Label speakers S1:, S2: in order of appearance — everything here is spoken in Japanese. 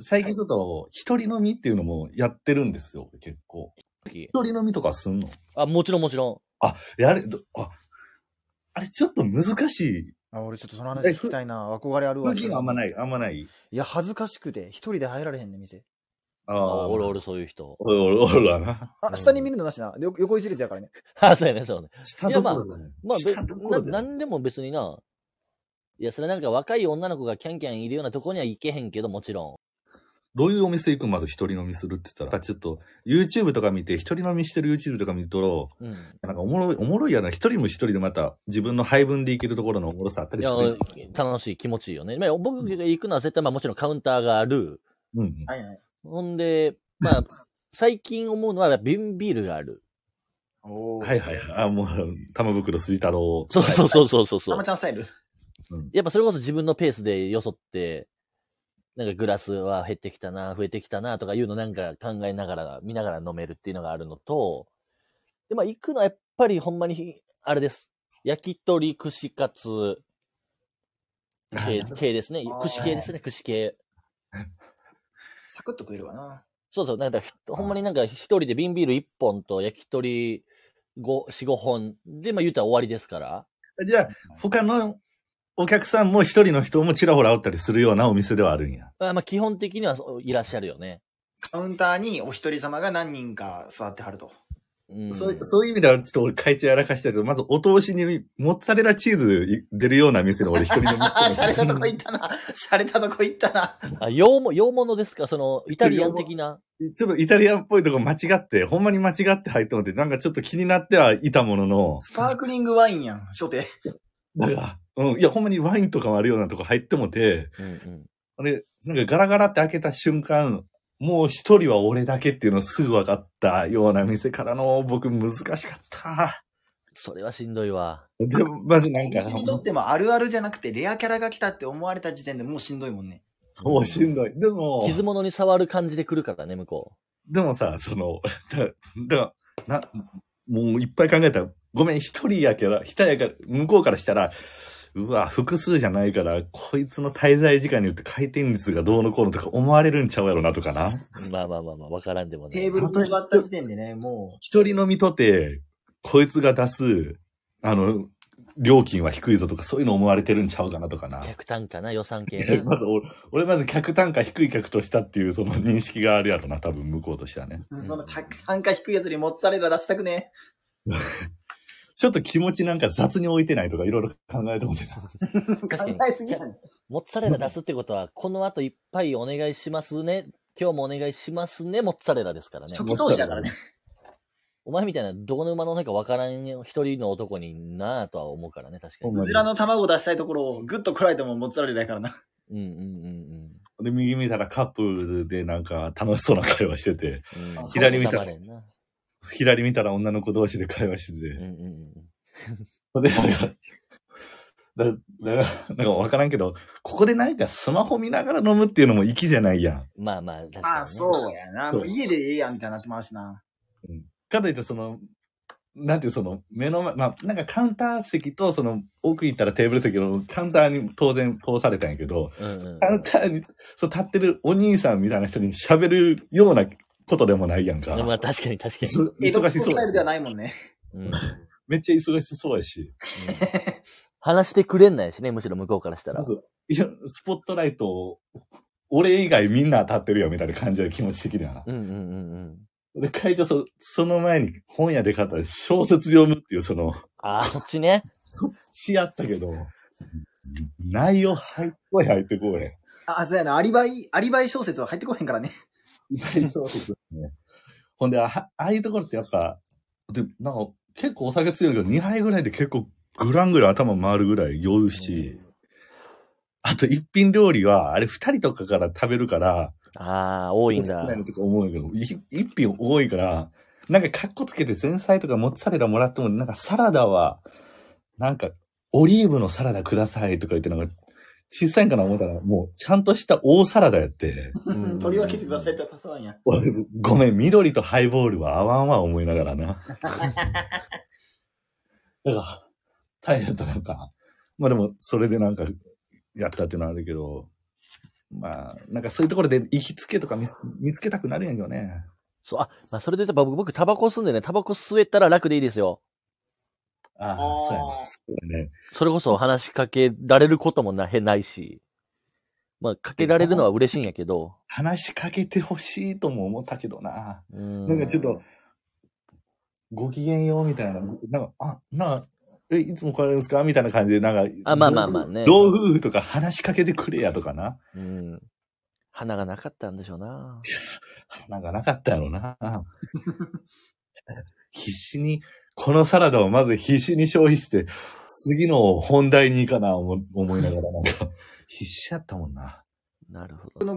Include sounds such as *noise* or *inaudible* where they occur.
S1: 最近ちょっと、一人飲みっていうのもやってるんですよ、結構。
S2: 時
S1: 一人飲みとかすんの
S2: あ、もちろんもちろ
S1: やれ、どあ、あれちょっと難しい。
S3: あ俺ちょっとその話聞きたいな。憧れあるわ。。
S1: 武器があんまないい、あんまない。
S3: いや、恥ずかしくて、一人で入られへんね、店。
S1: あ
S2: ん。
S1: あ、
S2: おるおるそういう人。 *laughs*
S1: おるおるおるだな。
S2: うん
S3: あ、下に見るのなしな。よ横一列やからね。
S2: あ、そうやね、そうね。
S1: 下どころだね。
S2: まあ、べ
S1: 下どころだ
S2: な
S1: ね
S2: なんでも別にな。いや、それなんか若い女の子がキャンキャンいるようなとこには行けへんけど、もちろ
S1: どういうお店行くまず一人飲みするって言ったら、ちょっと YouTube とか見て、一人飲みしてる YouTube とか見ると、
S2: ん。うん。
S1: なんかおもろい、おもろいやな。一人も一人でまた自分の配分でいけるところのおもろさあった
S2: い
S1: りす
S2: や
S1: る。、
S2: 楽しい、気持ちいいよね。まあ、僕が行くのは絶対、まあもちろんカウンターがある。
S1: うんうん。
S3: はいはい。
S2: ほんで、ま *laughs* あ、最近思うのは、瓶ビールがある。
S3: お。
S1: はいはいいはい。あ、もう、玉袋筋太郎。
S2: そうそうそうそうそうそ
S3: た
S2: う
S3: ま。ちゃんスタイル。
S2: やっぱそれこそ自分のペースでよそって、なんかグラスは減ってきたな、増えてきたなとかいうのなんか考えながら、見ながら飲めるっていうのがあるのと、で、まあ行くのはやっぱりほんまに、あれです。焼き鳥、串カツ、系系ですね
S3: あ。ー
S2: 串系ですね、串系。
S3: サクッと食えるわな。
S2: そうそう、なんかひほんまになんか一人で瓶ビール1本と焼き鳥5、4、5本で、まあ言うたら終わりですから。
S1: じゃあ、他のお客さんも一人の人もちらほらおったりするようなお店ではあるんや。
S2: まあまあ基本的にはそういらっしゃるよね。
S3: カウンターにお一人様が何人か座ってはると。
S2: うん、
S1: そうそういう意味では、ちょっと俺、会長やらかしたやつ、まずお通しにモッツァレラチーズ出るような店で俺一人飲み
S3: ああ、
S1: し
S3: してゃ
S1: る
S3: れたとこ行ったな。しゃれたとこ行ったな。
S2: あ、洋物、洋物ですかその、イタリアン的な。
S1: *laughs* ちょっとイタリアンっぽいとこ間違って、ほんまに間違って入ってもって、なんかちょっと気になってはいたものの、
S3: スパークリングワインやん、初手。
S1: なんか、うん、いや、ほんまにワインとかもあるようなとこ入ってもて、
S2: うんうん。
S1: で、なんかガラガラって開けた瞬間、もう一人は俺だけっていうのすぐ分かったような店からの僕難しかった。
S2: それはしんどいわ。
S1: *laughs* でも、まずなんか、
S3: 私にとってもあるあるじゃなくて、レアキャラが来たって思われた時点でもうしんどいもんね。
S1: もうしんどい。でも、
S2: 傷物に触る感じで来るからね、向こ
S1: でもさ、その、 *laughs* だ、だな、もういっぱい考えたら、ごめん、一人やけど、人やから、向こうからしたら、うわ、複数じゃないから、こいつの滞在時間によって回転率がどうのこうのとか思われるんちゃうやろなとかな。
S2: う。まあまあまあまあ、わからんでもね。
S3: テーブルに座った時点でね、も
S1: 一人飲みとて、こいつが出す、あの、料金は低いぞとか、そういうの思われてるんちゃうかなとかな。
S2: 客単価な、予算系
S1: え
S2: な。
S1: まず俺、俺まず客単価低い客としたっていうその認識があるやろな、多分向こうとしてはね。
S3: う、そのた単価低いやつにモッツァレラ出したくね。
S1: ちょっと気持ちなんか雑に置いてないとかいろいろ考えてもて
S2: *laughs*
S1: た。
S2: 確か
S3: 考
S2: に。
S3: えすぎやね。
S2: モッツァレラ出すってことは、この後いっぱいお願いしますね。今日もお願いしますね、モッツァレラですからね
S3: 初。期投資だからね。
S2: お前みたいな、どこの馬の中わからん一人の男になぁとは思うからね、確か
S1: ほ
S2: に
S1: ん。ま
S3: う
S1: に
S3: ずらの卵出したいところをグッとこられてもモッツァレラやからな。
S2: うんうんうん
S1: で、右見たらカップルでなんか楽しそうな会話してて、
S2: うんうん。
S1: 左見た
S2: そうそう黙れんな
S1: 左見たら女の子同士で会話して
S2: うん
S1: て、
S2: うんうん。
S1: で、なんか、だだなんかわからんけど、ここでなんかスマホ見ながら飲むっていうのも粋じゃないやん。
S2: まあまあ、確かに、ね。
S3: ああ、そうやな。
S1: そう
S3: もう家でええやんみたいになってまうしな。
S1: かといってその、なんていうその、目の前、まあ、なんかカウンター席とその、奥行ったらテーブル席のカウンターに当然通されたんやけど、
S2: うんうんうん。
S1: カウンターに、そう立ってるお兄さんみたいな人に喋るようなことでもないやんか。
S2: まあ確かに確か
S1: い *laughs*
S2: に。
S1: そ忙しそ
S3: スタ
S1: う
S3: イ
S1: や
S3: ル
S1: し
S3: ではないもんね。
S2: うん
S1: めっちゃ忙しそうやし。
S2: 話してくれんないしね、むしろ向こうからしたら
S1: ま。ず、いや、スポットライトを、俺以外みんな当たってるよみたいな感じの気持ち的にはな。
S2: うんうんうんうん。
S1: で、会長そ、その前に本屋で買った小説読むっていう、その、 *laughs*
S2: ああ、そっちね。
S1: しあったけど、内容入ってこい入ってこい。
S3: あ、そうやな。アリバイ、アリバイ小説は入ってこへんからね。
S1: 内容ですね。ほんで、あああいうところってやっぱ、で、なんか、結構お酒強いけど、2杯ぐらいで結構グラングラン頭回るぐらい酔うし、あと一品料理は、あれ二人とかから食べるから、
S2: ああ、多いんだ
S1: 少ない。のとか思うんやけど、い一品多いから、なんかカッコつけて前菜とかモッツァレラもらっても、なんかサラダは、なんかオリーブのサラダくださいとか言って、なんか小さいんかな思ったら、もうちゃんとした大サラダやって、
S2: うん
S3: 取り分けてくださいとかそうなんや。
S1: 俺ごめん、緑とハイボールは合わんわ思いながらな。だから、大変だったなんか。まあでも、それでなんか、やったっていうのはあるけど、まあ、なんかそういうところで行きつけとか見見つけたくなるんやけどね。
S2: そう、あ、まあ、それで言えば僕、僕、タバコ吸うんでね、タバコ吸えたら楽でいいですよ。
S1: ああ、
S3: あー
S1: そうやねそうやね。
S2: それこそ話しかけられることもな、へないし。まあ、かけられるのは嬉しいんやけど。
S1: 話しかけてほしいとも思ったけどな。
S2: な
S1: なんかちょっと、ご機嫌ようみたいな、なんか、あ、なあ、え、いつも来られるんですかみたいな感じで、なんか、
S2: あまあまあまあね
S1: 老夫婦とか話しかけてくれやとかな。
S2: うん。花がなかったんでしょうな。
S1: なんかなかったやろ
S2: *laughs*
S1: な。必死に、このサラダをまず必死に消費して、次の本題にいいかな思思いながらなんか、必死やったもんな。
S2: なるほど。